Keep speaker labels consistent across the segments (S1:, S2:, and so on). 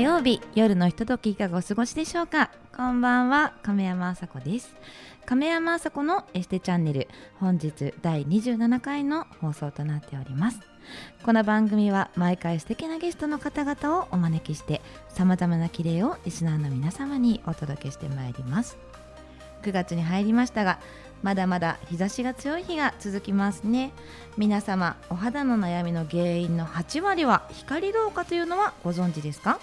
S1: 曜日夜のひとときいかがお過ごしでしょうかこんばんは亀山あさこです亀山あさこのエステチャンネル本日第27回の放送となっておりますこの番組は毎回素敵なゲストの方々をお招きしてさまざまな綺麗をリスナーの皆様にお届けしてまいります9月に入りましたがまだまだ日差しが強い日が続きますね皆様お肌の悩みの原因の8割は光老化というのはご存知ですか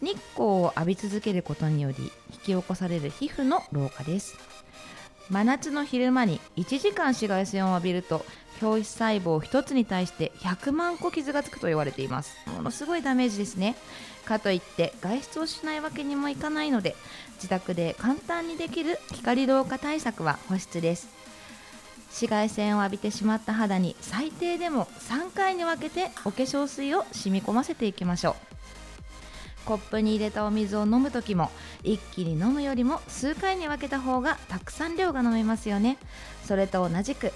S1: 日光を浴び続けることにより引き起こされる皮膚の老化です真夏の昼間に1時間紫外線を浴びると表皮細胞1つに対して100万個傷がつくと言われていますものすごいダメージですねかといって外出をしないわけにもいかないので自宅で簡単にできる光老化対策は保湿です紫外線を浴びてしまった肌に最低でも3回に分けてお化粧水を染み込ませていきましょうコップに入れたお水を飲む時も一気に飲むよりも数回に分けた方がたくさん量が飲めますよねそれと同じく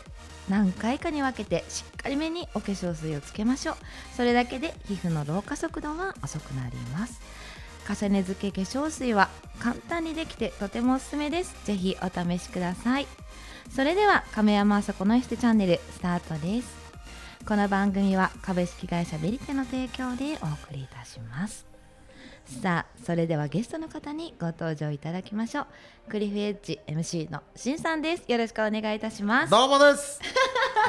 S1: 何回かに分けてしっかりめにお化粧水をつけましょうそれだけで皮膚の老化速度は遅くなります重ね付け化粧水は簡単にできてとてもおすすめですぜひお試しくださいそれでは亀山あさこのエステチャンネルスタートですこの番組は株式会社ベリテの提供でお送りいたしますさあそれではゲストの方にご登場いただきましょうクリフエッジ MC のしんさんですよろしくお願いいたします
S2: どうもです。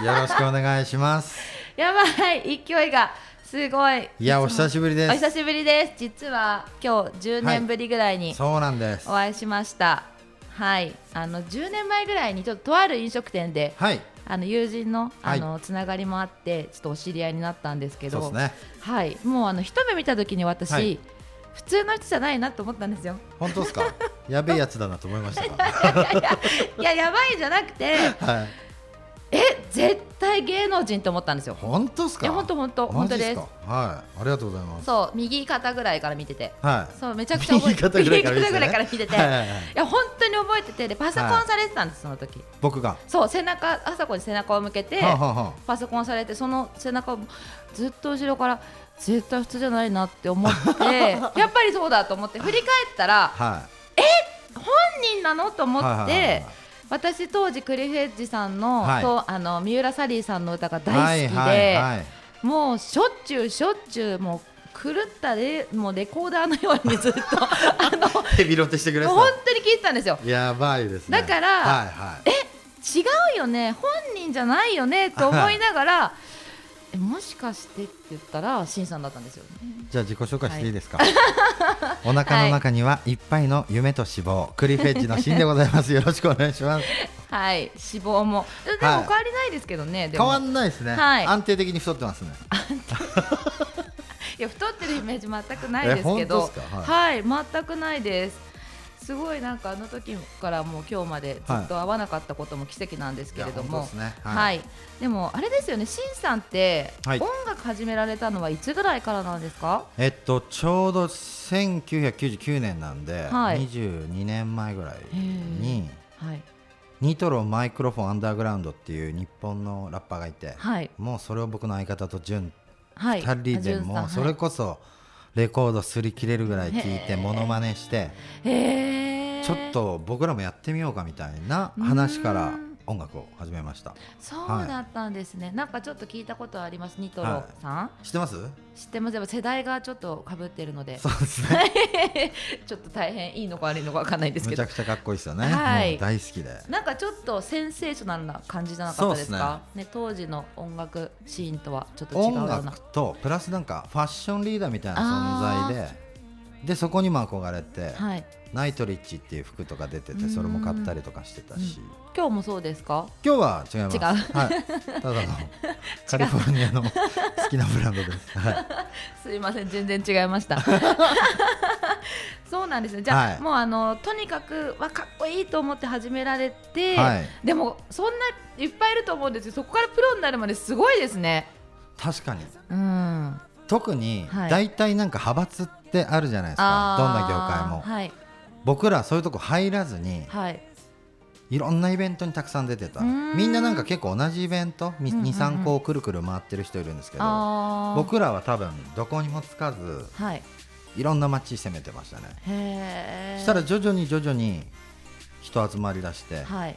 S2: よろしくお願い します。
S1: やばい勢いがすごい
S2: いや、お久
S1: ぶ
S2: しぶりで
S1: お久
S2: す。
S1: しぶりです実は今日10年ぶりぐらいに
S2: そうなんです
S1: お。会いしましたはい、あの10年前ぐらいにちょっととある飲食店で
S2: はい、
S1: あの友人のあ
S2: はい
S1: の、つながりもあってちょっとお知り合いになったんですけ
S2: そうで
S1: ど、
S2: すね。
S1: はいもうあの一目見た時に私、
S2: はい
S1: 普通の人じゃないなと思ったんです よ。
S2: 本当で すか。やべえやつだなと思いましたか。
S1: いややばいじゃなくて
S2: はい。
S1: え絶対芸能人と思ったんですよ。
S2: 本当です
S1: い
S2: か。
S1: や本当本当
S2: マ
S1: 本
S2: ジ
S1: 当
S2: っ
S1: です
S2: か。はい、ありがとうございます。
S1: そう右肩ぐらいから見てて
S2: はい。
S1: そうめちゃくちゃ覚えて
S2: 右肩ぐらい
S1: 右
S2: から見ててね
S1: 肩ぐらいから見てて、
S2: はい
S1: い
S2: はいはい
S1: や本当に覚えててでパソコンされてたんです、その時
S2: 僕が。は
S1: そう背中朝子に背中を向けて、
S2: あはあは
S1: パソコンされてその背中をずっと後ろから絶対普通じゃないなって思って やっぱりそうだと思って振り返ったら
S2: あはい。
S1: 本人なのと思
S2: はい
S1: っ
S2: はいはい
S1: て私当時クリフェッジさんの,、
S2: はい
S1: とあの三浦サリーさんの歌が
S2: は
S1: 大
S2: い
S1: 好きで、
S2: はいはい。
S1: もうしょっちゅうしょっちゅうもう狂ったレもうレコーダーのように ずっとあのも
S2: ヘビロテしてくれ
S1: う
S2: て
S1: 本当に聞いてたんですよ。
S2: た。やばいですね。
S1: だから
S2: はいはい。
S1: 違うよね本人じゃないよ ねと思いながら、えもしかしてって言ったらしんさんだったんですよね
S2: じゃあ自己紹介していいですか。 お腹の中にはいっぱいの夢と脂肪、クリフェッジのシンでござ います。よろしくお願いします。
S1: はい脂肪もえでも
S2: はい
S1: 変わりないですけどね、で
S2: 変
S1: も
S2: わんないですね。
S1: はい
S2: 安定的に太ってますね。
S1: いや太ってるイメージ全くないですけ
S2: え本
S1: ど
S2: 当ですか
S1: はい、全くないですすごいなんかあの時からもう今日までずっと会わなかったことも奇跡なんですけれど
S2: いや
S1: も、
S2: 本当ですね
S1: はい、
S2: はい
S1: でもあれですよね、しんさんって、
S2: はい
S1: 音楽始められたのはいつぐらいからなんですか？
S2: えっとちょうど1999年なんで、
S1: はい
S2: 22年前ぐらい
S1: へ
S2: に
S1: はい、
S2: ニトロマイクロフォンアンダーグラウンドっていう日本のラッパーがいて、
S1: はい、
S2: もうそれを僕の相方と潤
S1: はい、
S2: 2人でもうそれこそレコードすり切れるぐらい聴い
S1: へ
S2: てモノマネして
S1: え
S2: ちょっと僕らもやってみようかみたいな話から音楽を始めました
S1: そうだったんですね、なんかちょっと聞いたことありますニトロさん、
S2: 知ってます
S1: 知ってますでも世代がちょっと被ってるので
S2: そうですね
S1: ちょっと大変いいのか悪いのかわかんないんですけ
S2: むち
S1: ど
S2: ゃくちゃかっこいいですよね、
S1: はい
S2: もう大好きで
S1: なんかちょっとセンセーショナルな感じじゃなかったですかね当時の音楽シーンとはちょっと違うよう
S2: 音
S1: な
S2: 楽とプラスなんかファッションリーダーみたいな存在ででそこにも憧れて、
S1: はい
S2: ナイトリッチっていう服とか出て
S1: う
S2: て
S1: ん
S2: それも買ったりとかしてたし、
S1: 今日もそうですか
S2: 今日は違います
S1: 違う
S2: はい、ただのカリフォルニアの好きなブランドです、はい、
S1: すいません全然違いました そうなんですねじゃあ、
S2: はい
S1: もうあのとにかくはかっこいいと思って始められて、
S2: はい
S1: でもそんないっぱいいると思うんですけどそこからプロになるまですごいですね
S2: 確かに
S1: うん
S2: 特に
S1: はい
S2: 大体なんか派閥ってあるじゃないですか、
S1: あー
S2: どんな業界も
S1: はい
S2: 僕らそういうとこ入らずに
S1: はい
S2: いろんなイベントにたくさん出てた
S1: うーん
S2: みんななんか結構同じイベント
S1: うんうんうん
S2: 23個くるくる回ってる人いるんですけど
S1: あー
S2: 僕らは多分どこにもつかず
S1: はい
S2: いろんな街攻めてましたね、
S1: へえ
S2: したら徐々に徐々に人集まりだして、
S1: はい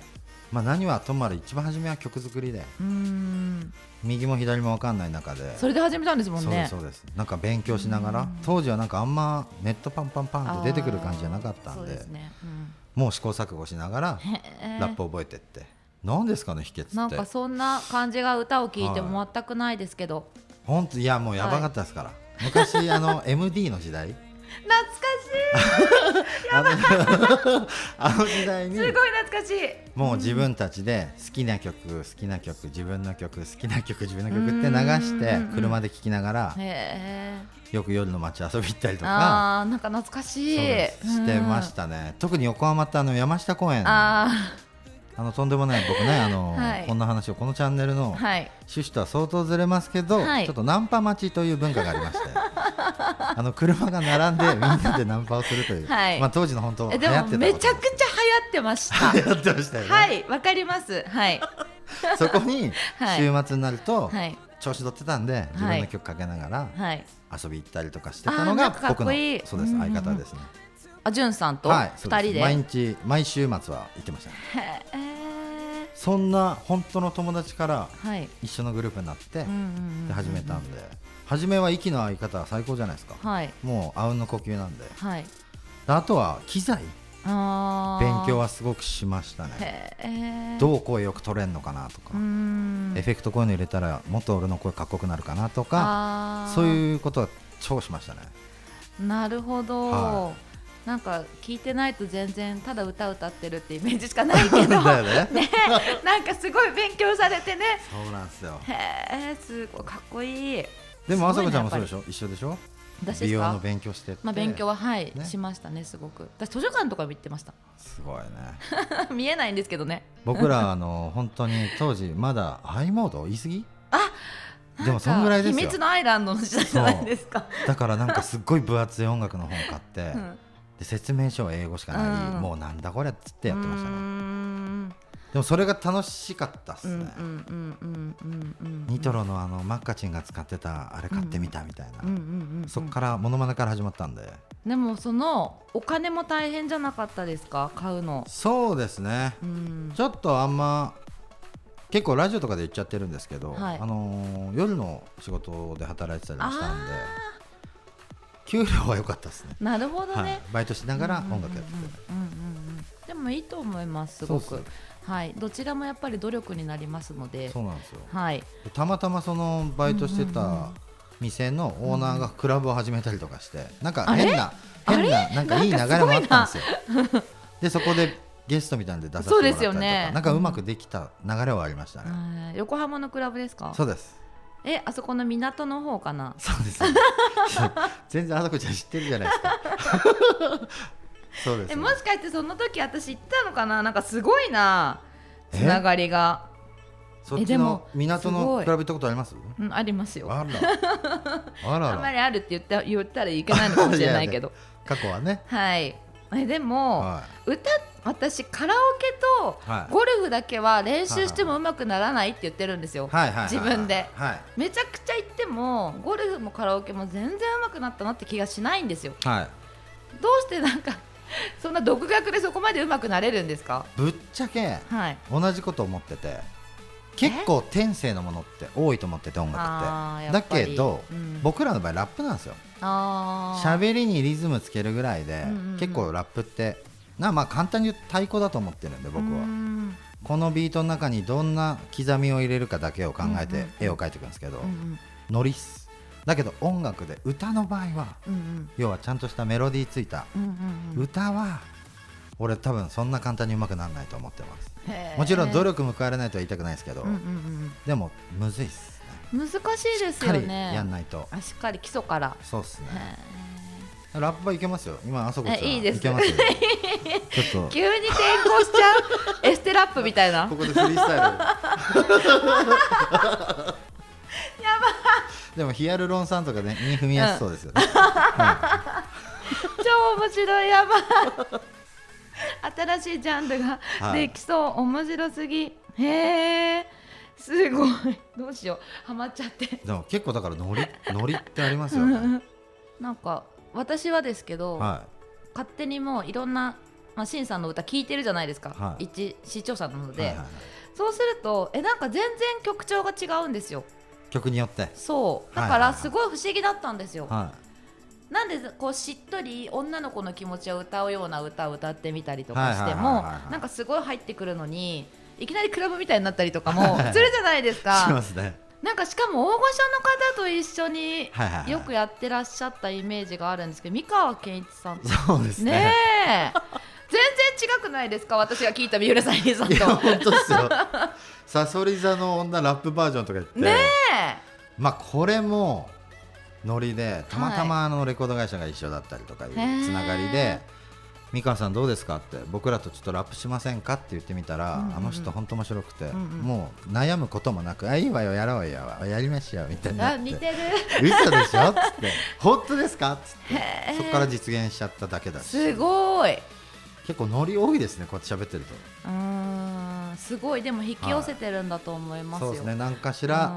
S2: まあ、何はともあれ一番初めは曲作りで
S1: うーん
S2: 右も左も分かんない中で
S1: それで始めたんですもん
S2: そうで
S1: ね
S2: すそうですなんか勉強しながら当時はなんかあんまネットパンパンパンって出てくる感じじゃなかった
S1: あーそ
S2: ん
S1: う
S2: で
S1: ですね、
S2: もう試行錯誤しながら
S1: うん、へー
S2: ラップ覚えてって何ですかね秘訣って
S1: なんかそんな感じが歌を聴いて
S2: は
S1: も全くないですけど、
S2: 本当いやもうやばかったですから、昔あ の MD の時代
S1: 懐かしい
S2: あの時代に
S1: すごい懐かしい
S2: もう自分たちで好きな曲好きな曲自分の曲好きな曲自分の曲って流して
S1: うんうんうん
S2: 車で聴きながら
S1: へえ
S2: よく夜の街遊び行ったりとか
S1: あーなんか懐かしい、
S2: そうですしてましたたね特に横浜ってあの山下公園
S1: うん
S2: あ
S1: あ
S2: のとんでもない僕ねあの、
S1: はい
S2: こんな話をこのチャンネルの
S1: あはい
S2: 趣旨とは相当ずれますけど、
S1: はい
S2: ちょっとナンパ待ちという文化があり ましてあの車が並んでみんなでナンパをするという、
S1: はい
S2: まあ、当時の本当
S1: え
S2: 流行っ
S1: で
S2: てた
S1: も
S2: こと
S1: めちゃくちゃ流行ってました
S2: 流行ってましたよね、
S1: はいわかりますはい
S2: そこに
S1: はい
S2: 週末になると、
S1: はい
S2: 調子乗ってたんで自分の曲かけながら
S1: はい
S2: 遊び行ったりとかしてたの
S1: あ
S2: が
S1: ーなんかかっ
S2: 僕
S1: こ
S2: の
S1: いい
S2: そうで
S1: う
S2: す
S1: んうんう
S2: 相
S1: ん
S2: 方ですね
S1: あじゅんさんと
S2: はい
S1: 二
S2: そうです
S1: 人で、
S2: 毎日毎週末は行ってましたね
S1: へえ
S2: そんな本当の友達から
S1: はい
S2: 一緒のグループになって
S1: うんうんうんうん
S2: で始めたんで初めは息の合い方は最高じゃないですか
S1: はい
S2: もうあうんの呼吸なんでで
S1: はい
S2: あとは機材
S1: あ
S2: 勉強
S1: は
S2: はすごくしましたね
S1: へえう
S2: どう声よく取れるのかなとか
S1: ーん
S2: エフェクトこういうの入れたらもっと俺の声かっこよくなるかなとか
S1: あー
S2: そういうことは超しま したね
S1: なるほど、
S2: は
S1: なんか聞いてないと全然ただ歌歌ってるってイメージしか ないけど
S2: だ
S1: ね
S2: よね
S1: なんかすごい勉強されてね
S2: そうなん ですよ
S1: へえすごいかっこいい
S2: でも、あさこちゃんもそうで
S1: ょ
S2: しょ一緒でしょ
S1: 私で
S2: 美
S1: す
S2: 容の
S1: か
S2: 勉強してって
S1: まあ勉強ははい、
S2: ね
S1: しましたねすごく私図書館とかも行ってま した
S2: すごいね
S1: 見えないんですけどね
S2: 僕らあの本当に当時まだハイモード言い過ぎ
S1: な
S2: でもそんぐらいです
S1: ん
S2: よ
S1: か秘密のアイランドの時代じゃないですか
S2: だからなんかすっごい分厚い音楽の本買って、
S1: うん
S2: で説明書は英語しかない、
S1: うん
S2: もうなんだこれっつってやってました
S1: うー
S2: ね
S1: ん
S2: でもそれが楽しかったっす
S1: う
S2: ね、
S1: んうんうんうんうんうん
S2: ニトロのあのマッカチンが使ってたあれ買ってみたみたいな、
S1: うんうんうんうん
S2: そっからモノマネから始まったんで
S1: でもそのお金も大変じゃなかったですか買うの
S2: そうですね
S1: うん
S2: ちょっとあんま結構ラジオとかで言っちゃってるんですけど、
S1: はい
S2: あのー夜の仕事で働いてたりもしたんで給料は良かったですね
S1: なるほど
S2: はい
S1: ね、、
S2: バイトしながら音楽やってて、
S1: うんうんうんでもいいと思いますすご
S2: そう
S1: く
S2: っ
S1: はいどちらもやっぱり努力になりますので
S2: そうなんですよ
S1: はい
S2: でたまたまそのバイトして
S1: うんうんう
S2: た
S1: ん
S2: 店のオーナーがクラブを始めたりとかしてなんか
S1: あれ
S2: 変な
S1: あれ
S2: 変ななんかいい流れもあったんですよでそこでゲストみたいなんで出させてもらったりと
S1: そうで
S2: か、
S1: すよね
S2: なんかうまくできた流れはありましたね、
S1: はい横浜のクラブですか
S2: そうです
S1: えあそこの港の方かな
S2: そうです、ね、全然あさこちゃん知ってるじゃないですかそうです
S1: え
S2: よ
S1: もしかしてその時私行ったのかななんかすごいなつながりが、
S2: そ
S1: え
S2: っ
S1: で
S2: ち
S1: も
S2: の港
S1: す
S2: の
S1: ごい
S2: 比べたことあります
S1: うん、ありますよ
S2: あらあら
S1: あんま
S2: ら
S1: りあるって言った言ったらいけないのかもしれないけど
S2: 過去はね
S1: はいえでも、
S2: は
S1: 歌私カラオケと
S2: はい
S1: ゴルフだけは練習しても上手くならないって言ってるんですよ、
S2: いはいはいはい
S1: 自分で
S2: はい
S1: めちゃくちゃ行ってもゴルフもカラオケも全然上手くなったなって気がしないんですよ
S2: はい
S1: どうしてなんかそんな独学でそこまで上手くなれるんですか
S2: ぶっちゃけ
S1: はい
S2: 同じこと思ってて結構天性のものって多いと思ってて音楽っ
S1: あー
S2: て
S1: やっ
S2: だ
S1: ぱり
S2: けど、
S1: うん、
S2: 僕らの場合ラップなんですよ
S1: あー
S2: 喋りにリズムつけるぐらいで、
S1: うんうんうん
S2: 結構ラップってなまあ簡単に言うと太鼓だと思ってるんで僕
S1: う
S2: は
S1: ん
S2: このビートの中にどんな刻みを入れるかだけを考え
S1: うんう
S2: て
S1: ん
S2: 絵を描いていくんですけど、
S1: うんうん
S2: ノリっすだけど音楽で歌の場合は
S1: うんうん
S2: 要はちゃんとしたメロディーついた
S1: うんうんうん
S2: 歌は俺多分そんな簡単にうまくならないと思ってます
S1: へー
S2: もちろん努力報われないとは言いたくないですけど、
S1: うんうん
S2: でもむずいっす
S1: うん難しいです
S2: しっか
S1: よ
S2: りやん
S1: ね
S2: ないと
S1: あしっかり基礎から
S2: そうっすね
S1: へー
S2: ラップはいけますよ今あそこちゃん
S1: えいいです
S2: けます よちょっと
S1: 急に転校しち ゃうエステラップみたいな
S2: ここでフ リースタイルやばいでもヒアルロン酸とかねに踏みやすそうですよね、
S1: 超面白いやばい新しいジャンルが
S2: はい
S1: できそう、面白すぎへえすごいどうしようハマっちゃって
S2: でも結構だからノリノリってありますよね
S1: なんか私はですけど、
S2: は
S1: 勝手にもういろんな、まあ、シンさんの歌聞いてるじゃないですか、
S2: はい
S1: 一視聴者なの
S2: い
S1: で、
S2: はいはいは
S1: そうするとえなんか全然曲調が違うんですよ
S2: い曲によって
S1: そうだ
S2: は
S1: か
S2: いはい
S1: ら
S2: はい
S1: すごい不思議だったんですよ、
S2: は
S1: なんでこうしっとり女の子の気持ちを歌うような歌を歌ってみたりと
S2: は
S1: か
S2: いはい
S1: し
S2: はい
S1: て
S2: はい
S1: も
S2: はい
S1: なんかすごい入ってくるのにいきなりクラブみたいになったりとかも
S2: はいはい
S1: するじゃないです
S2: いし
S1: か
S2: ますね
S1: なんかしかも大御所の方と一緒に
S2: はいはいはい
S1: よくやってらっしゃったイメージがあるんですけど三河健一さんと
S2: そうです
S1: ね
S2: ね
S1: え全然違くないですか私が聞いた三浦さんさん
S2: い
S1: と
S2: や
S1: ね
S2: 本当ですよサソリ座の女ラップバージョンとか言って、
S1: え
S2: まあこれもノリでたまたまあのレコード会社が一緒だったりとかいうつ
S1: へー
S2: ながりで「美川さんどうですか?」って僕らとちょっとラップしませんかって言ってみたら、
S1: うんうん
S2: あの人本当面白くて、
S1: んうん
S2: もう悩むこともなく「あいいわよやろうやわやりましょう」みたいにな
S1: あ
S2: っ
S1: 似
S2: て
S1: てる
S2: 「嘘でしょ?」っつって 「本当ですか?」っつって
S1: へえ
S2: そこから実現しちゃっただけだし
S1: すごい
S2: 結構ノリ多いですねこうやって喋ってると
S1: うーんすごいでも引き寄せてるんだと思いますよ、
S2: そうですね何かしら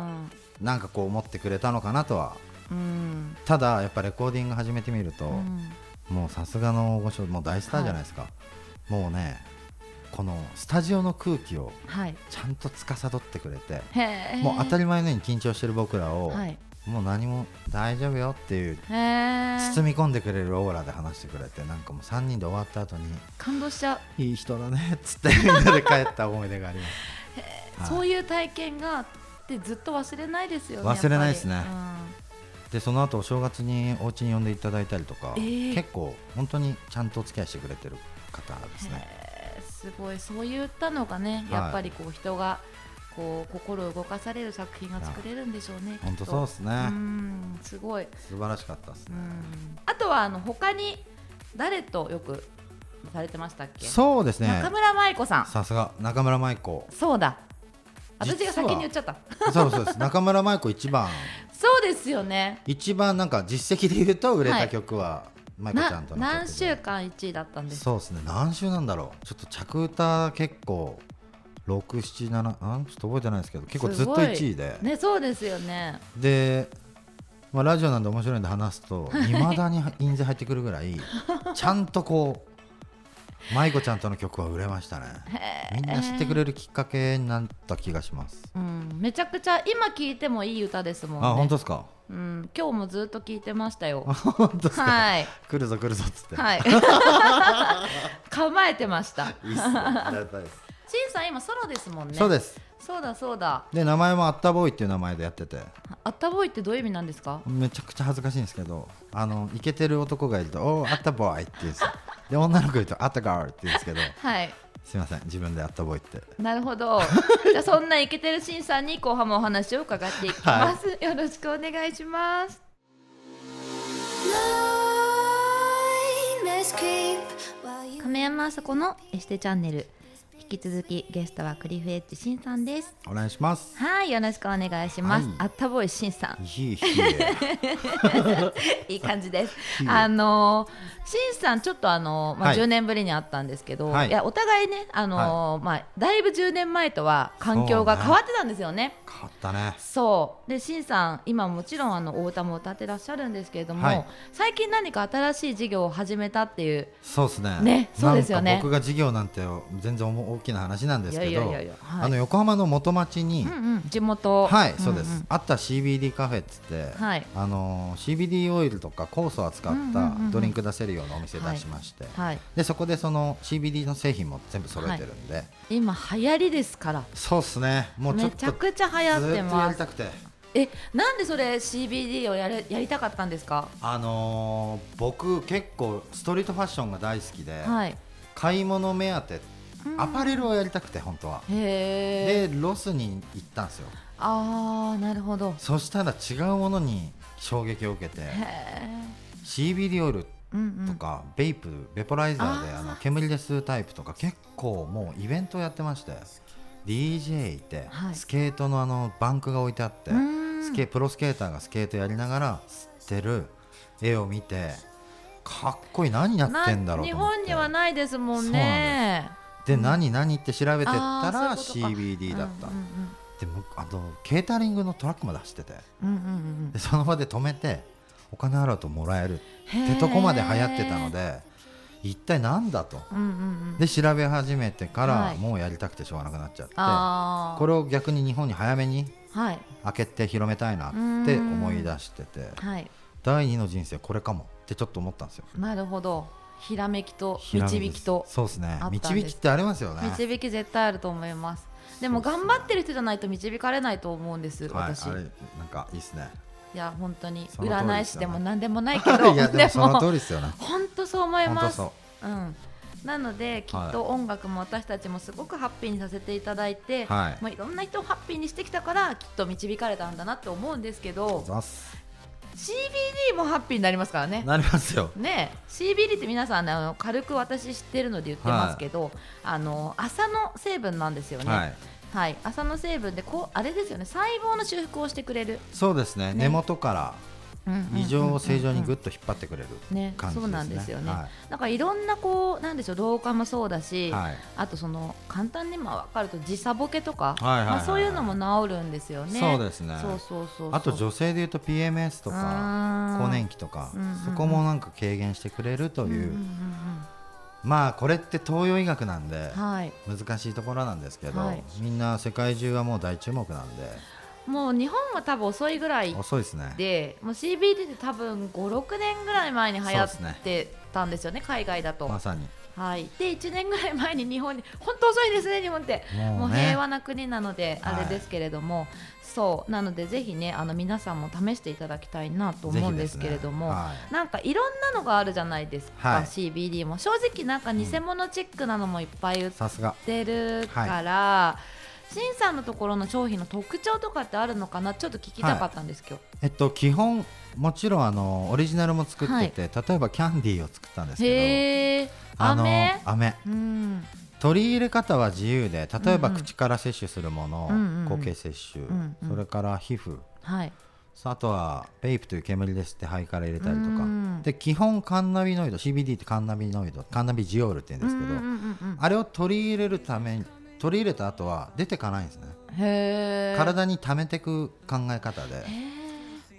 S2: なんかこう思ってくれたのかなとは
S1: うんうん
S2: ただやっぱレコーディング始めてみると、
S1: うん
S2: もうさすがの大御所もう大スターじゃないですか、もうねこのスタジオの空気を
S1: はい
S2: ちゃんと司ってくれて、
S1: へえ
S2: もう当たり前のように緊張してる僕らを、
S1: はい
S2: もう何も大丈夫よっていう
S1: へえ
S2: 包み込んでくれるオーラで話してくれてなんかもう3人で終わった後に
S1: 感動しちゃう、
S2: いい人だねっつってみんなで帰った思い出が あります、はい
S1: そういう体験があってずっと忘れないですよね
S2: 忘れないですね
S1: やっぱ
S2: でその後お正月にお家に呼んでいただいたりとか、
S1: えー
S2: 結構本当にちゃんとお付き合いしてくれてる方です
S1: りうん
S2: ね
S1: へえすごいそういったのがねやっぱりこう人がこう心を動かされる作品が作れるんでしょうね
S2: 本当そう
S1: う
S2: ですね、
S1: うんすごい
S2: 素晴らしかったです
S1: う
S2: ね、
S1: んあとはあの他に誰とよくされてましたっけ
S2: そうですね
S1: 中村舞子さん
S2: さすが中村舞子
S1: そうだ
S2: 実は
S1: 私が先に言っちゃった
S2: そうそうです 中村舞子一番
S1: そうですよね
S2: 一番なんか実績で言うと売れた曲は舞子ちゃ
S1: なん
S2: との曲で
S1: 何週間1位だったんです
S2: そうですね何週なんだろうちょっと着歌結構677あんちょっと覚えてないですけど結構ずっと
S1: すごい
S2: 1位で、
S1: ねそうですよね
S2: で、まあ、ラジオなんで面白いんで話すといまだに印税入ってくるぐ らいちゃんとこう舞子ちゃんとの曲は売れましたねみんな知ってくれるきっかけになった気がします
S1: うんめちゃくちゃ今聴いてもいい歌ですもんね
S2: あ本当ですか
S1: うん今日もずっと聴いてましたよ
S2: あ 本当ですか、
S1: はい
S2: 来るぞ来るぞっつって、
S1: はい 構えてました
S2: い、いっすねありがたいです、
S1: しんさん今ソロですもんね
S2: そうです
S1: そうだそうだ
S2: で名前もアッターボーイっていう名前でやってて
S1: あったボーイってどういう意味なんですか
S2: めちゃくちゃ恥ずかしいんですけどあのイケてる男がいると「おーアッターボーイ」って言うんですよで女の子いると「アッターガール」って言うんですけど
S1: はい
S2: すいません自分でアッターボーイって
S1: なるほ どじゃあそんなイケてるしんさんに後半もお話を伺っていきます、よろしくお願いします
S3: Nightmares creep while you
S1: 亀山あさこのエステチャンネル引き続きゲストはクリフエッジしんさんです
S2: お願いします
S1: はいよろしくお願いします、
S2: はい
S1: あったぼいしんさん
S2: いい日で
S1: いい感じです
S2: いい
S1: あのーしんさんちょっとあのーまあ
S2: はい
S1: 10年ぶりに会ったんですけど、
S2: はい
S1: い、やお互いねあのーまあだいぶ10年前とは環境が変わってたんですよね
S2: 変わったね
S1: そうでしんさん今もちろんあのお歌も歌ってらっしゃるんですけれども、
S2: はい
S1: 最近何か新しい事業を始めたっていう
S2: そうですね
S1: ねそうですよね
S2: なんか僕が事業なんて全然おも大きな話なんですけど
S1: いやいやいやいやはい
S2: あの横浜の元町に、
S1: うんうん、地元
S2: はい、
S1: んん
S2: そうです、あった CBD カフェっつって、
S1: はい
S2: あのー CBD オイルとか酵素を扱っ
S1: うんう
S2: た
S1: んうんうん
S2: ドリンク出せるようなお店出しまして、
S1: はい
S2: でそこでその CBD の製品も全部揃えてるんで、
S1: 今流行りですから
S2: そうっすねもうちょ
S1: め
S2: っと
S1: ちゃくちゃ流行って
S2: ずっとや
S1: ま
S2: り
S1: す
S2: たくて
S1: えなんでそれ CBD をやれやりたかったんですか
S2: あのー僕結構ストリートファッションが大好きで、
S1: はい
S2: 買い物目当て
S1: うん
S2: アパレルをやりたくて本当は、
S1: へえ
S2: でロスに行ったんですよ
S1: あーなるほど
S2: そしたら違うものに衝撃を受けて
S1: へえ
S2: CBD オイル
S1: うんう
S2: と
S1: ん
S2: か、ベイプベポライザーで
S1: あー
S2: あの煙で吸うタイプとか結構もうイベントやってまして DJ いて、
S1: はい
S2: スケートのあのバンクが置いてあって
S1: うーん
S2: スケプロスケーターがスケートやりながら吸ってる絵を見てかっこいい何やってんだろ
S1: な
S2: うと
S1: 日
S2: 思って
S1: 本にはないですもん
S2: そうな
S1: ね
S2: で何何って調べてった
S1: あ
S2: ら
S1: ーそういうこと
S2: CBD
S1: か
S2: だった、
S1: うんうん
S2: でもあのケータリングのトラックまで走ってて
S1: うんうんうんうん
S2: でその場で止めてお金払うともらえるっ
S1: へ
S2: て
S1: ー
S2: とこまで流行ってたので一体なんだと
S1: うんうんうん
S2: で調べ始めてか
S1: は
S2: ら
S1: い
S2: もうやりたくてしょうがなくなっちゃって、
S1: ああ
S2: これを逆に日本に早めに
S1: はい
S2: 開けて広めたいなって思い出してて
S1: はい
S2: 第二の人生これかもってちょっと思ったんですよ。
S1: なるほどひらめきと導きと
S2: そうですね
S1: あったんです
S2: 導きってありますよね。
S1: 導き絶対あると思いますでも
S2: そうそう
S1: 頑張ってる人じゃないと導かれないと思うんです、
S2: はい、
S1: 私
S2: あれなんかいいですね。
S1: いや本当に
S2: その通りですよね
S1: 占い師でも何でもないけど
S2: いやでもその通りですよね。
S1: 本当そう思い
S2: 本当
S1: ます、
S2: そう
S1: ん、なのできっと音楽も私たちもすごくハッピーにさせていただいて、
S2: う。はい。
S1: まあ、いろんな人をハッピーにしてきたからきっと導かれたんだなって思うんですけど
S2: ざっす
S1: CBD もハッピーになりますからね。
S2: なりますよ。
S1: ねえ CBD って皆さんねあの軽く私知ってるので言ってますけど、あの朝の成分なんですよね、
S2: はい。
S1: はい、朝の成分でこうあれですよね細胞の修復をしてくれる、
S2: そうですね。
S1: ね
S2: 根元から異常を正常にぐっと引っ張ってくれる
S1: ね
S2: 感じですね。
S1: そうなんですよね、
S2: は
S1: なんかいろんなこうなんでしょう老化もそうだし、
S2: い。はい
S1: あとその簡単にまあ分かると時差ボケとか、
S2: はいはいはいはい
S1: まあ、そういうのも治るんですよね。
S2: そうですね。
S1: そうそうそうそう
S2: あと女性でいうと PMS とか更年
S1: 期
S2: 期とか
S1: うんうんうん
S2: そこもなんか軽減してくれると
S1: と
S2: いう、まあこれって東洋医学なんで
S1: はい、
S2: 難しいところなんですけど、
S1: はい
S2: みんな世界中はもう大注目なんで
S1: もう日本は多分遅いぐらい
S2: 遅いですね。
S1: でもう CBD って多分56年ぐらい前に流行
S2: そうです
S1: ってたんですよね海外だと、
S2: まさに
S1: はい、で1年ぐらい前に日本に本当遅いですね日本って。もう平和な国なので
S2: はい
S1: あれですけれども、そうなのでぜひねあの皆さんも試していただきたいなと思うんですけれども、
S2: ぜひですねはい
S1: なんかいろんなのがあるじゃないですか、
S2: はい
S1: CBD も正直なんか偽物チックなのもいっぱい売っ
S2: さすが
S1: てるから、しんさんのところの商品の特徴とかってあるのかなちょっと聞きたかったんですけど、
S2: えっと基本もちろんあのオリジナルも作ってて、例えばキャンディーを作ったんですけど
S1: へえ
S2: あの
S1: 飴
S2: 飴
S1: うん
S2: 取り入れ方は自由で例えば
S1: うんうん
S2: 口から摂取するもの、
S1: うんうんうん
S2: 固形摂取、
S1: うんうん
S2: それから皮膚
S1: はい
S2: さああとはベイプという煙ですって肺から入れたりと
S1: う
S2: か
S1: ん
S2: で基本カンナビノイド CBD ってカンナビノイドカンナビジオールって言うんですけど、
S1: うんうんうん
S2: あれを取り入れるために取り入れた後は出てかないんですね、
S1: うん、へえ
S2: 体に溜めていく考え方で
S1: へ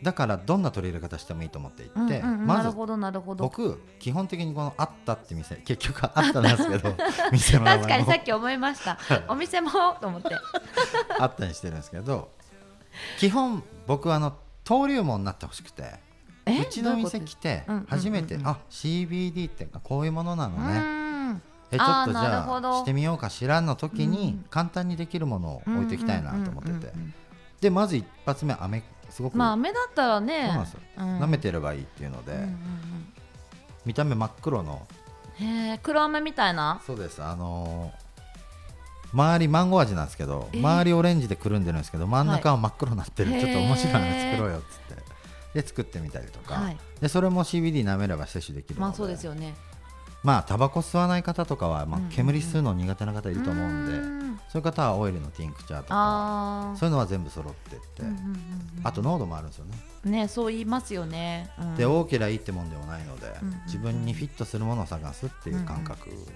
S1: え
S2: だからどんな取り入れ方してもいいと思っていて、
S1: うんうんうんな
S2: ま
S1: る
S2: ず
S1: ほどなるほど
S2: 僕基本的にこの「あった」って店結局あったなんですけど店の 名
S1: 確か
S2: 前
S1: に
S2: も
S1: さっき思いました。お店もと思って。
S2: あったにしてるんですけど基本僕はあの登竜門になってほしくて
S1: え
S2: うちの店
S1: どういうこ
S2: 来て
S1: うんうんうんうん
S2: 初めて、あ CBD ってこういうものなの
S1: とう
S2: ね、
S1: ーん
S2: えちょっ
S1: あ
S2: とじ
S1: ーなる
S2: ゃ
S1: ほ
S2: あ
S1: ど
S2: してみようかしらんの時に簡単にできるものを置いていきたいなと思って
S1: うんうんうん
S2: て
S1: うん
S2: でまず一発目飴すごく、
S1: まあ目だったらね。
S2: そうなんですよ、
S1: うん
S2: 舐めてればいいっていうので、
S1: うんうん
S2: 見た目真っ黒の
S1: うんへえ黒飴みたいな。
S2: そうですあのー周りマンゴー味なんですけど、
S1: えー
S2: 周りオレンジでくるんでるんですけど真ん中は真っ黒になってる、
S1: はい
S2: ちょっと面白いの
S1: へー
S2: 作ろうよっつってで作ってみたりとか、
S1: はい。
S2: でそれも CBD 舐めれば摂取できるので
S1: まあそうですよね。
S2: まあタバコ吸わない方とかは、まあ
S1: うんうんう、ん
S2: 煙吸うの苦手な方いると思うんで、
S1: ーん
S2: そういう方はオイルのティンクチャーとか
S1: ああ。
S2: そういうのは全部揃ってって、
S1: うんうんうんうん
S2: あと濃度もあるんですよね、
S1: ねそう言いますよね。うん
S2: で大きならいいってもんでもないので、
S1: うんうんうん
S2: 自分にフィットするものを探すっていう感覚ですね、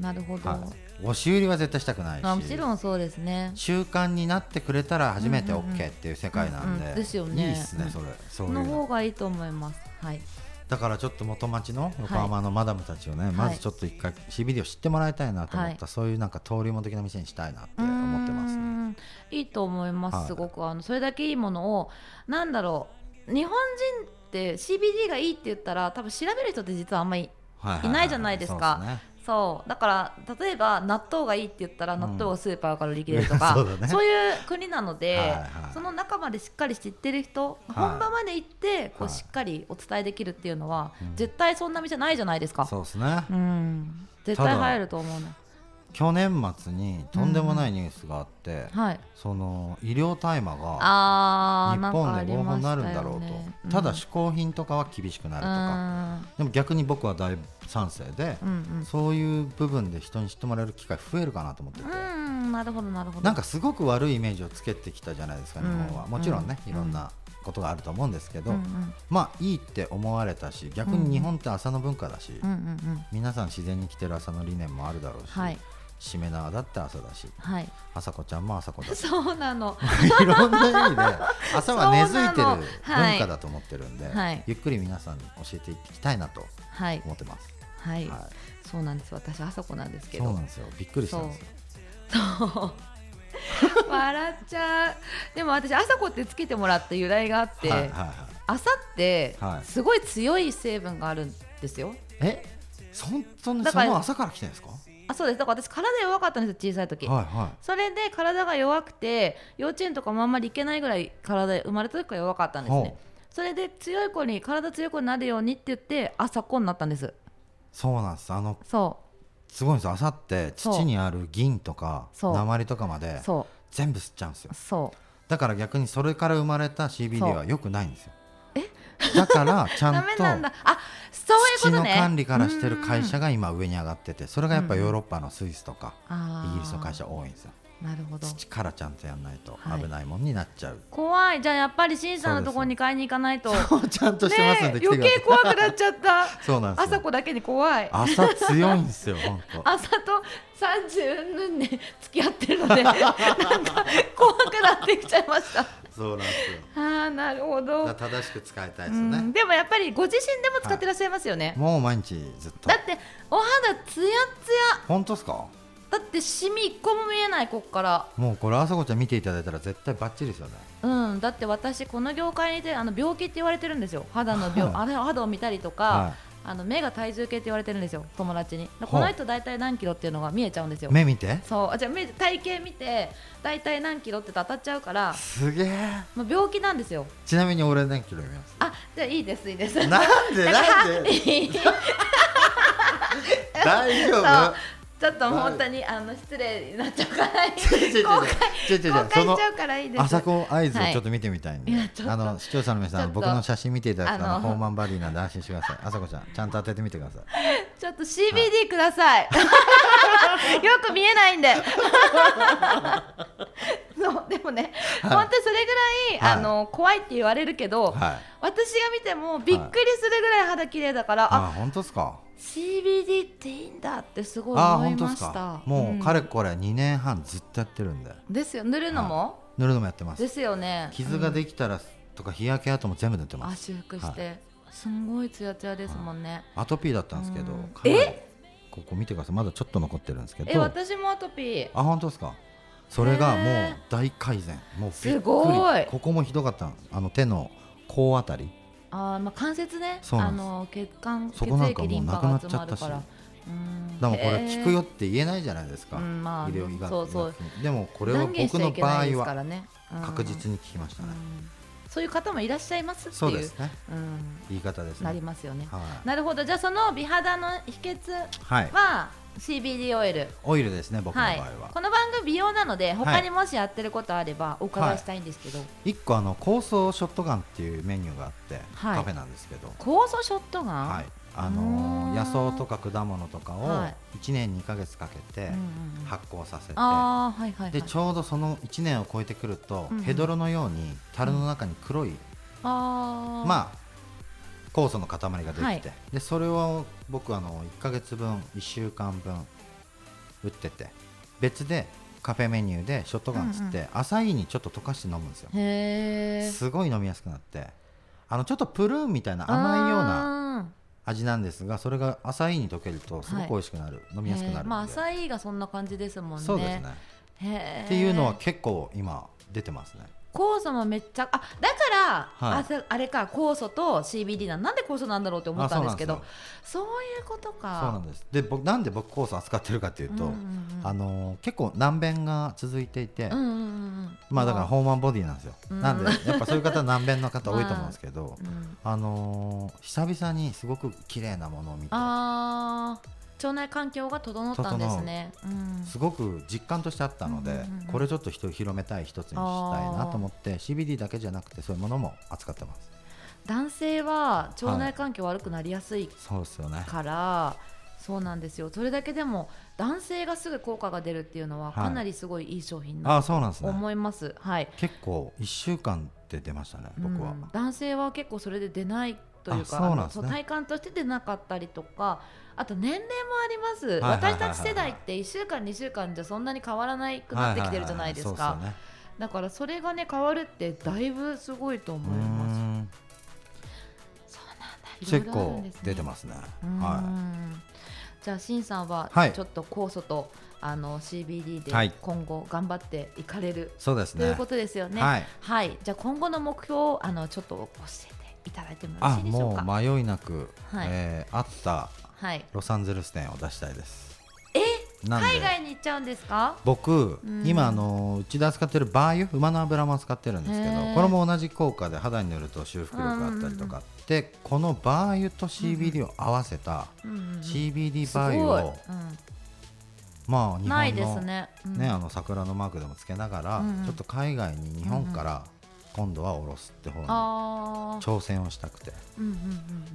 S1: なるほど。
S2: はい、押し売りは絶対したくないし
S1: まあもちろんそうですね。
S2: 習慣になってくれたら初めて
S1: うんうんうん
S2: OK っていう世界なんで、
S1: うんうんですよね
S2: いいっすねそれ、そういう
S1: の方
S2: の
S1: がいいと思います。はい。
S2: だからちょっと元町の横浜のマダムたちをね、まずちょっと一回 CBD を知ってもらいたいなと思った、
S1: はい
S2: そういうなんか登竜門的な店にしたいなって思ってます
S1: うー
S2: ね、
S1: んいいと思います、
S2: はい
S1: すごくあのそれだけいいものをなんだろう日本人って CBD がいいって言ったら多分調べる人って実はあんまり
S2: はい
S1: いないじゃないですかそうだから例えば納豆がいいって言ったら
S2: うん
S1: 納豆がスーパーから売り切れるとか、
S2: そう
S1: い
S2: だね
S1: う国なので
S2: はいはい
S1: その中までしっかり知ってる人、
S2: い
S1: 本場まで行ってこ
S2: は
S1: う
S2: い
S1: しっかりお伝えできるっていうのは、
S2: うん
S1: 絶対そんな店ないじゃないですか。
S2: そうですねそうですね、
S1: うん絶対
S2: ただ
S1: 入ると思うな。
S2: 去年末にとんでもないニュースがあって、
S1: はい。
S2: その医療大麻が
S1: あ
S2: 日
S1: ーなんかあ
S2: 本
S1: り
S2: で合法
S1: ま
S2: に
S1: し
S2: な
S1: たよ
S2: る
S1: ね
S2: んだろうと
S1: うん
S2: ただ嗜好品とかは厳しくなるとか、でも逆に僕は大賛成で、
S1: うんうん
S2: そういう部分で人に知ってもらえる機会増えるかなと思ってて、
S1: うん、うん、なるほどなるほど
S2: なんかすごく悪いイメージをつけてきたじゃないですか日本は、
S1: うん
S2: もちろんね、
S1: うん
S2: いろんなことがあると思うんですけど、
S1: うんうん
S2: まあいいって思われたし逆に日本って朝の文化だし、
S1: うんうんうん
S2: 皆さん自然に来てる朝の理念もあるだろうし、
S1: はい
S2: しめ縄だって朝だし
S1: はい
S2: 朝子ちゃんも朝子だし
S1: そうなの
S2: いろんな意味で朝は根付いて
S1: そ
S2: る
S1: うなのはい
S2: 文化だと思ってるんで、
S1: はい
S2: ゆっくり皆さんに教えていきたいなと
S1: はい
S2: 思ってます、
S1: はい、
S2: は
S1: そうなんです私朝子なんです
S2: い、
S1: け
S2: そう
S1: ど
S2: なんですよびっくりしたんですよ
S1: そう 笑っちゃうでも私朝子ってつけてもらった由来があって、
S2: はいはいは
S1: 朝って
S2: はい
S1: すごい強い成分があるんですよ、
S2: い、えそんそん
S1: だ
S2: そ
S1: から
S2: の朝から来てるんですかは
S1: あそうですだから私体弱かったんですよ小さい時、
S2: いは
S1: それで体が弱くて幼稚園とかもあんまり行けないぐらい体生まれた時から弱かったんで
S2: い
S1: す
S2: ほ
S1: ね
S2: う
S1: それで強い子に体強くなるようにって言って朝子になったんです
S2: そうなんですあの
S1: そ
S2: すごいんですよ朝って
S1: そう
S2: 土にある銀とか
S1: そう
S2: 鉛とかまで
S1: うそ
S2: 全部吸っちゃうんですよ
S1: うそう
S2: だから逆にそれから生まれた CBD
S1: そう
S2: は良くないんですよ だからちゃ
S1: ダメなん
S2: んと
S1: だあそうい
S2: 土
S1: うこと
S2: の
S1: ね
S2: 管理からしてる会社
S1: が
S2: が今上に上がっててそれがやっぱヨーロッパのスイスとかイギリスの会社多いんですよ
S1: なるほど
S2: 土からちゃんとやんないと
S1: はい
S2: 危ないもんになっ ちゃう、
S1: 怖いじゃあやっぱり新さんのところに買いに行かないとね
S2: ちゃんとしてますんで来てくだ
S1: 余
S2: さい
S1: 計怖くなっちゃった
S2: そうなんです
S1: 朝
S2: よ
S1: 子だけに怖い
S2: 朝強いんですよ本当
S1: 朝と30年で付き合ってるの でなんか怖くなってきちゃいました
S2: そうなんですよ
S1: ああなるほど、
S2: だから正しく使いたいで
S1: う
S2: すよね、
S1: ん、でもやっぱりご自身でも使ってらっしゃいますよね、
S2: もう毎日ずっと
S1: だってお肌ツヤツヤ
S2: 本当ですか
S1: だってシミ一個も見えないこっから
S2: もうこれ朝子ちゃん見ていただいたら絶対バッチリですよね
S1: うんだって私この業界にいてあの病気って言われてるんですよ肌の病
S2: は
S1: あの肌を見たりとか、
S2: は
S1: あの目が体重計って言われてるんですよ友達にだから
S2: ほ
S1: こ
S2: う
S1: の人大体何キロっていうのが見えちゃうんですよ
S2: い目見て
S1: そうあじゃあ目体型見て大体何キロって当たっちゃうから、
S2: すげえ
S1: まあ、病気なんですよ
S2: ちなみに俺何キロいます
S1: あじゃあいいですいいです
S2: なんでな
S1: だ
S2: ん
S1: から
S2: で
S1: いい
S2: 大丈
S1: そう
S2: 夫
S1: ちょっと本当にあの失礼になっちゃうからいい
S2: 違う違う違う
S1: 公
S2: 違う違う違う
S1: 開
S2: そ
S1: し
S2: の
S1: ちゃうからいいです
S2: 朝子合図をちょっと見てみたいんで、
S1: はいいやちょっと
S2: あの視聴者の皆
S1: ちょ
S2: さ
S1: っ
S2: ん
S1: と
S2: 僕の写真見ていただくとあ
S1: あ
S2: の
S1: の
S2: ホーマンバディなんで安心してください朝子ちゃんちゃんと当ててみてください
S1: ちょっと CBD くだ さい、よく見えないんでそうでもね、
S2: はい
S1: 本当にそれぐらい、
S2: はい
S1: あの怖いって言われるけど、
S2: はい
S1: 私が見てもびっくりするぐらい肌綺麗だから、
S2: あ
S1: あ
S2: 本当ですか
S1: CBD っていいんだってすごい
S2: あ
S1: 思い
S2: 本当
S1: ま
S2: です
S1: した
S2: かもうか
S1: れ
S2: れこれ2年半ずっとやってるんで
S1: ですよ塗るのも、
S2: 塗るのもやってます
S1: ですよね
S2: 傷が
S1: き
S2: できたらとか日焼け跡も全部塗って
S1: あ
S2: ます
S1: 修復して、
S2: は
S1: すんごいツヤツヤですもんね、
S2: アトピーだったんですけど
S1: うん
S2: かなりここ見てくださいまだちょっと残ってるんですけ
S1: え
S2: ど
S1: 私もアトピー
S2: あ本当ですかそれがも
S1: へ
S2: う大改善もうびっくり
S1: すごい
S2: ここもひどかったんですあの手の甲あたり
S1: あーまあ関節ね
S2: そうな
S1: あ
S2: んです
S1: の血管血
S2: そこなん
S1: 液
S2: かもう
S1: リンパが集まるか
S2: なくな
S1: ら
S2: っち
S1: うん
S2: でもこれ
S1: へー
S2: 聞くよって言えないじゃないですか、
S1: うんまあ
S2: 医療医学
S1: そうそう
S2: 医学にでもこれは
S1: 断言し
S2: 僕
S1: ちゃ
S2: の
S1: いけな
S2: 場合
S1: いですか
S2: は
S1: らねうん
S2: 確実に聞きました
S1: う
S2: ね、
S1: んそういう方もいらっしゃいますっていう
S2: そうですね
S1: うん
S2: 言い方ですね
S1: なりますよね
S2: はい、
S1: なるほどじゃあその美肌の秘訣
S2: はい、
S1: は CBD オイル
S2: オイルですね僕の場合
S1: は
S2: は、
S1: い、この番組美容なので他にもしやってることあればお伺いしたいんですけど、
S2: 一個あの酵素ショットガンっていうメニューがあって、
S1: はい
S2: カフェなんですけど、
S1: 酵素ショットガン、
S2: はいあ
S1: うー
S2: の
S1: ん
S2: ー野草とか果物とかを
S1: はい
S2: 1年2か月かけて
S1: うんうんうん
S2: 発酵させて、
S1: ああはいはいはい
S2: でちょうどその1年を超えてくると、
S1: うんうん
S2: ヘドロのように樽の中に黒い、
S1: あー
S2: まあ酵素の塊ができて、
S1: はい
S2: でそれを僕あの1ヶ月分1週間分打ってて別でカフェメニューでショットガンっつって、朝いにちょっと溶かして飲むんですよ
S1: へえ
S2: すごい飲みやすくなってあのちょっとプルーンみたいな甘いような味なんですがそれが朝いに溶けるとすごく美味しくなる、飲
S1: 飲
S2: みやすくなるんで、
S1: まあ朝いがそんな感じですもんね
S2: そうですね、
S1: ね
S2: っていうのは結構今出てますね
S1: 酵素もめっちゃあだから、
S2: はい
S1: あせあれか酵素と CBD なんなんで酵素なんだろうって思ったんですけど
S2: あ
S1: そういうことか
S2: そうなんですで僕なんで僕酵素扱ってるかっていうと、あのー結構難便が続いていて、
S1: うんうんうんうんうんうん
S2: まあだからホーマンボディなんですよ、
S1: うん
S2: なんでやっぱそういう方難便の方多いと思うんですけど、
S1: うん
S2: あのー久々にすごく綺麗なものを見て
S1: あー腸内環境が整ったんですね。うん
S2: すごく実感としてあったので、
S1: うんうんうん
S2: これちょっと人広めたい一つにしたいなと思って CBD だけじゃなくてそういうものも扱ってます
S1: 男性は腸内環境悪くなりやすい
S2: そうですよね
S1: から、そうなんですよそれだけでも男性がすぐ効果が出るっていうのは
S2: はい
S1: かなりすごいいい商品
S2: あ
S1: だ
S2: あそうなんです
S1: と
S2: ね
S1: 思います、はい
S2: 結構1週間で出ましたね僕は、
S1: うん男性は結構それで出ないという
S2: あ
S1: か
S2: そうなん
S1: あの
S2: です
S1: そ
S2: ね
S1: う体感として出なかったりとかあと年齢もあります、
S2: はいはいはい
S1: 私たち世代って1週間2週間じゃそんなに変わらないくなってきてるじゃないですか、
S2: ははは
S1: だからそれがね変わるってだいぶすごいと思います、
S2: い
S1: そうなんだいろいろあるん
S2: そうですよねうーん結構
S1: ですね
S2: 出てますね
S1: うーん
S2: は
S1: じゃあしんさんは
S2: はい
S1: ちょっと酵素と、あの CBD
S2: は
S1: で
S2: い
S1: 今後頑張っていかれる、
S2: いそうです
S1: という
S2: ね
S1: ことですよね
S2: はい
S1: はい、じゃあ今後の目標をあのちょっと教えていただいてもよろ
S2: あ
S1: しいでしょう
S2: も
S1: か
S2: う迷いなく
S1: はい
S2: えーあった
S1: はい
S2: ロサンゼルス店を出したいですえ
S1: 海外に行っちゃうんですか
S2: 僕、
S1: うん
S2: 今あのうちで扱ってるバー油馬の油も扱ってるんですけ
S1: へ
S2: ど
S1: ー
S2: これも同じ効果で肌に塗ると修復力があったりとかでこのバー油と CBD を合わせた
S1: うんうんうん、
S2: CBD
S1: す
S2: バ
S1: ごい
S2: ー油を、まあ
S1: う
S2: 日
S1: ん、
S2: 本の
S1: ないですね,、うん、
S2: ねあの桜のマークでもつけながら、
S1: うんうん
S2: ちょっと海外に日本から今度はおろすって方に
S1: あー
S2: 挑戦をしたくて
S1: うんうん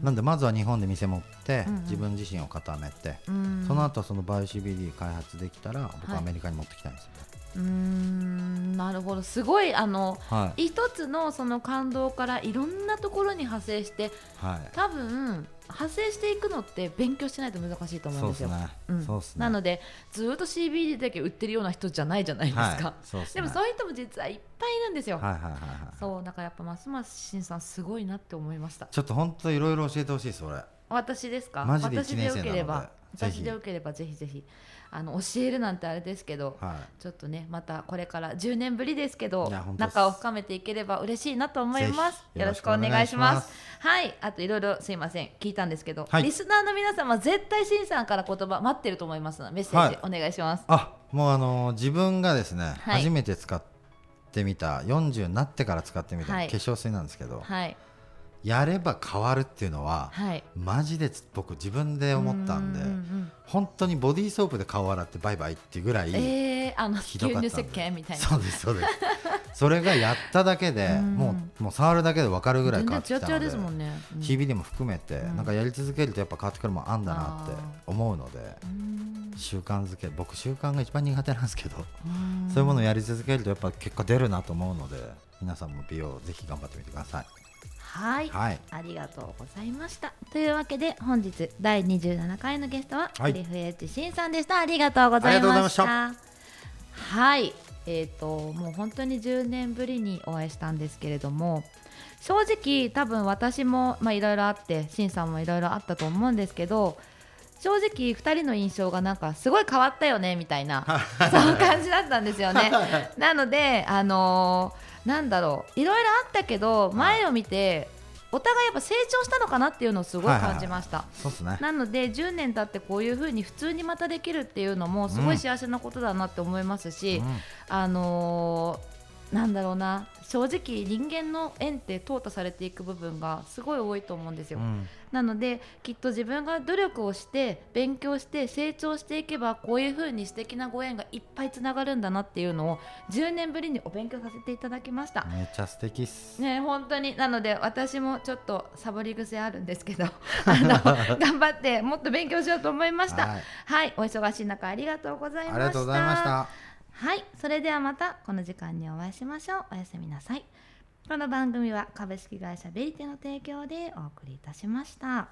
S2: なんでまずは日本で店持って、
S1: うんうん
S2: 自分自身を固めて、
S1: うんうん
S2: その後そのバー油 CBD 開発できたら僕
S1: はい
S2: アメリカに持ってきたいんですよね、
S1: うーんなるほどすごいあの
S2: はい
S1: 一つのその感動からいろんなところに派生して
S2: はい
S1: 多分派生していくのって勉強しないと難しいと思うんですよ。
S2: そうですね。
S1: うん
S2: そうですね。
S1: なのでずっと CBD だけ売ってるような人じゃないじゃないですか、
S2: はい、そうです
S1: で
S2: ね。
S1: もそういう人も実はいっぱいいるんですよ、
S2: はいはいはいはい。
S1: そうだからやっぱますますしんさんすごいなって思いました
S2: ちょっと本当いろいろ教えてほしいです俺。
S1: 私ですか
S2: マジで
S1: 私
S2: 一
S1: で
S2: 年
S1: よ
S2: 生なの
S1: け
S2: で
S1: れば
S2: ぜひ
S1: 私でよければぜひぜひあの教えるなんてあれですけど、
S2: は
S1: ちょっとねまたこれから10年ぶりですけど
S2: いや本当です
S1: 仲を深めていければ嬉しいなと思います
S2: ぜひ
S1: よろしくお願いしま
S2: よろしくお願いしますす
S1: はいあといろいろすいません聞いたんですけど、
S2: はい
S1: リスナーの皆様絶対しんさんから言葉待ってると思いますのでメッセージお願いします、
S2: あもうあのー自分がですね、
S1: はい
S2: 初めて使ってみた40になってから使ってみた化
S1: はい
S2: 粧水なんですけど、
S1: はい
S2: やれば変わるっていうのは、
S1: はい
S2: マジでつ僕自分で思ったんで
S1: うううん
S2: 本当にボディーソープで顔洗ってバイバイっていうぐらい、
S1: えー、あの
S2: ひ
S1: 牛
S2: どかったん
S1: 乳
S2: で
S1: 石鹸みたいな
S2: そうですそうですそれがやっただけで
S1: うん
S2: もうもう触るだけで分かるぐらい
S1: 全
S2: 変わ
S1: 然ツ
S2: ってき
S1: ヤツ
S2: たので
S1: ヤですもんね、うん
S2: 日々でも含めて、
S1: うん
S2: なんかやり続けるとやっぱ変わってくるもんあんだなって思うので
S1: うん
S2: 習慣づけ僕習慣が一番苦手なんですけど、
S1: うん
S2: そういうものをやり続けるとやっぱ結果出るなと思うので皆さんも美容ぜひ頑張ってみてください。
S1: はい
S2: はい
S1: ありがとうございました。というわけで本日第27回のゲストは
S2: はい
S1: FH しんさんでした。ありがとうござい
S2: ありがとうござい
S1: ま
S2: ま
S1: し
S2: したた。
S1: はい、えっ、ともう本当に10年ぶりにお会いしたんですけれども、正直多分私もまあいろいろあってしんさんもいろいろあったと思うんですけど。正直2人の印象がなんかすごい変わったよねみたいなそういう感じだったんですよね。なので、あのーなんだろういろいろあったけど前を見てお互いやっぱ成長したのかなっていうのをすごい感じました。
S2: そうですね。
S1: なので10年経ってこういうふうに普通にまたできるっていうのもすごい幸せなことだなって思いますし、
S2: う
S1: あのーなんだろうな正直人間の縁って淘汰されていく部分がすごい多いと思うんですよ。
S2: んうん
S1: なのできっと自分が努力をして勉強して成長していけばこういうふうに素敵なご縁がいっぱいつながるんだなっていうのを10年ぶりにお勉強させていただきました。
S2: めっちゃ素敵っす。
S1: ね、本当になので私もちょっとサボり癖あるんです けどあの頑張ってもっと勉強しようと思いました。
S2: はい
S1: はい、お忙しい中ありがとうございました。
S2: ありがとうございました。
S1: はい、それではまたこの時間にお会いしましょう。おやすみなさい。この番組は株式会社ベリテの提供でお送りいたしました。